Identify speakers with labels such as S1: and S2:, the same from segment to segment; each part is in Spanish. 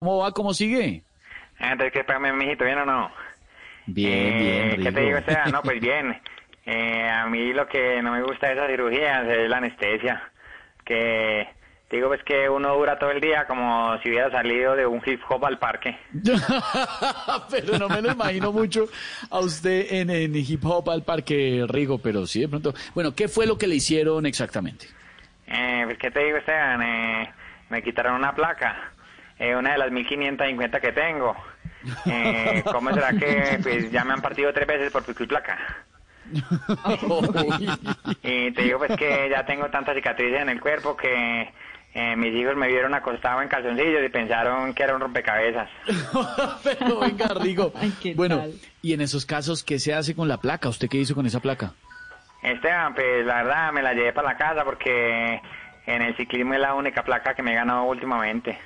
S1: ¿Cómo va? ¿Cómo sigue?
S2: Antes que mi mijito, ¿bien o no?
S1: Bien,
S2: Eh,
S1: bien,
S2: ¿Qué te
S1: Rigo.
S2: digo, Esteban? No, pues bien. Eh, a mí lo que no me gusta de esas cirugías es la anestesia. Que digo, pues que uno dura todo el día como si hubiera salido de un hip hop al parque.
S1: pero no me lo imagino mucho a usted en, en hip hop al parque Rigo, pero sí de pronto. Bueno, ¿qué fue lo que le hicieron exactamente?
S2: Eh, pues ¿qué te digo, Esteban? Eh, me quitaron una placa, eh, una de las 1550 que tengo. Eh, ¿Cómo será que pues ya me han partido tres veces por pico y placa? Y te digo pues que ya tengo tantas cicatrices en el cuerpo que eh, mis hijos me vieron acostado en calzoncillos y pensaron que era un rompecabezas.
S1: pero venga, Rigo.
S3: Ay, ¿qué
S1: bueno,
S3: tal?
S1: y en esos casos, ¿qué se hace con la placa? ¿Usted qué hizo con esa placa?
S2: Esteban, pues la verdad me la llevé para la casa porque en el ciclismo es la única placa que me he ganado últimamente.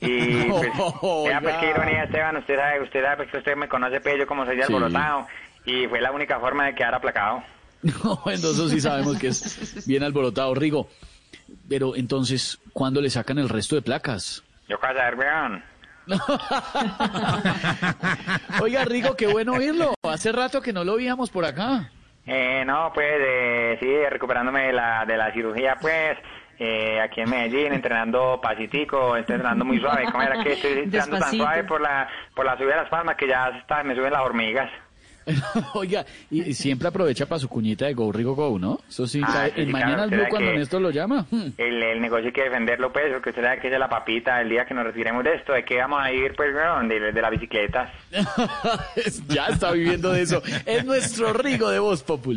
S2: Y pues, vea, pues qué
S1: Oiga.
S2: ironía, Esteban, usted sabe, usted sabe pues, que usted me conoce, pues yo como soy de
S1: Sí.
S2: alborotado, y fue la única forma de quedar aplacado.
S1: No, entonces sí sabemos que es bien alborotado, Rigo. Pero entonces, ¿cuándo le sacan el resto de placas?
S2: Yo qué voy a saber, weón.
S1: Oiga, Rigo, qué bueno oírlo. Hace rato que no lo oíamos por acá.
S2: Eh, no, pues eh, sí, recuperándome de la, de la cirugía, pues, eh, aquí en Medellín, entrenando pasitico, estoy entrenando muy suave. ¿Cómo era que estoy entrenando tan
S3: Despacito.
S2: suave por la, por la subida de las palmas que ya hasta me suben las hormigas?
S1: Oiga, y y siempre aprovecha para su cuñita de Go Rigo Go, ¿no? Eso sí,
S2: Ah,
S1: sabe,
S2: sí,
S1: en
S2: sí,
S1: Mañanas
S2: claro,
S1: Blue
S2: ¿será
S1: cuando
S2: que-
S1: Néstor lo llama. Hmm.
S2: El, el negocio hay que defenderlo, pues, porque usted sabe que esa es la papita, el día que nos retiremos de esto, de que vamos a ir, pues, weón, de, de las bicicletas.
S1: ya está viviendo de eso. Es nuestro Rigo de Voz Popular.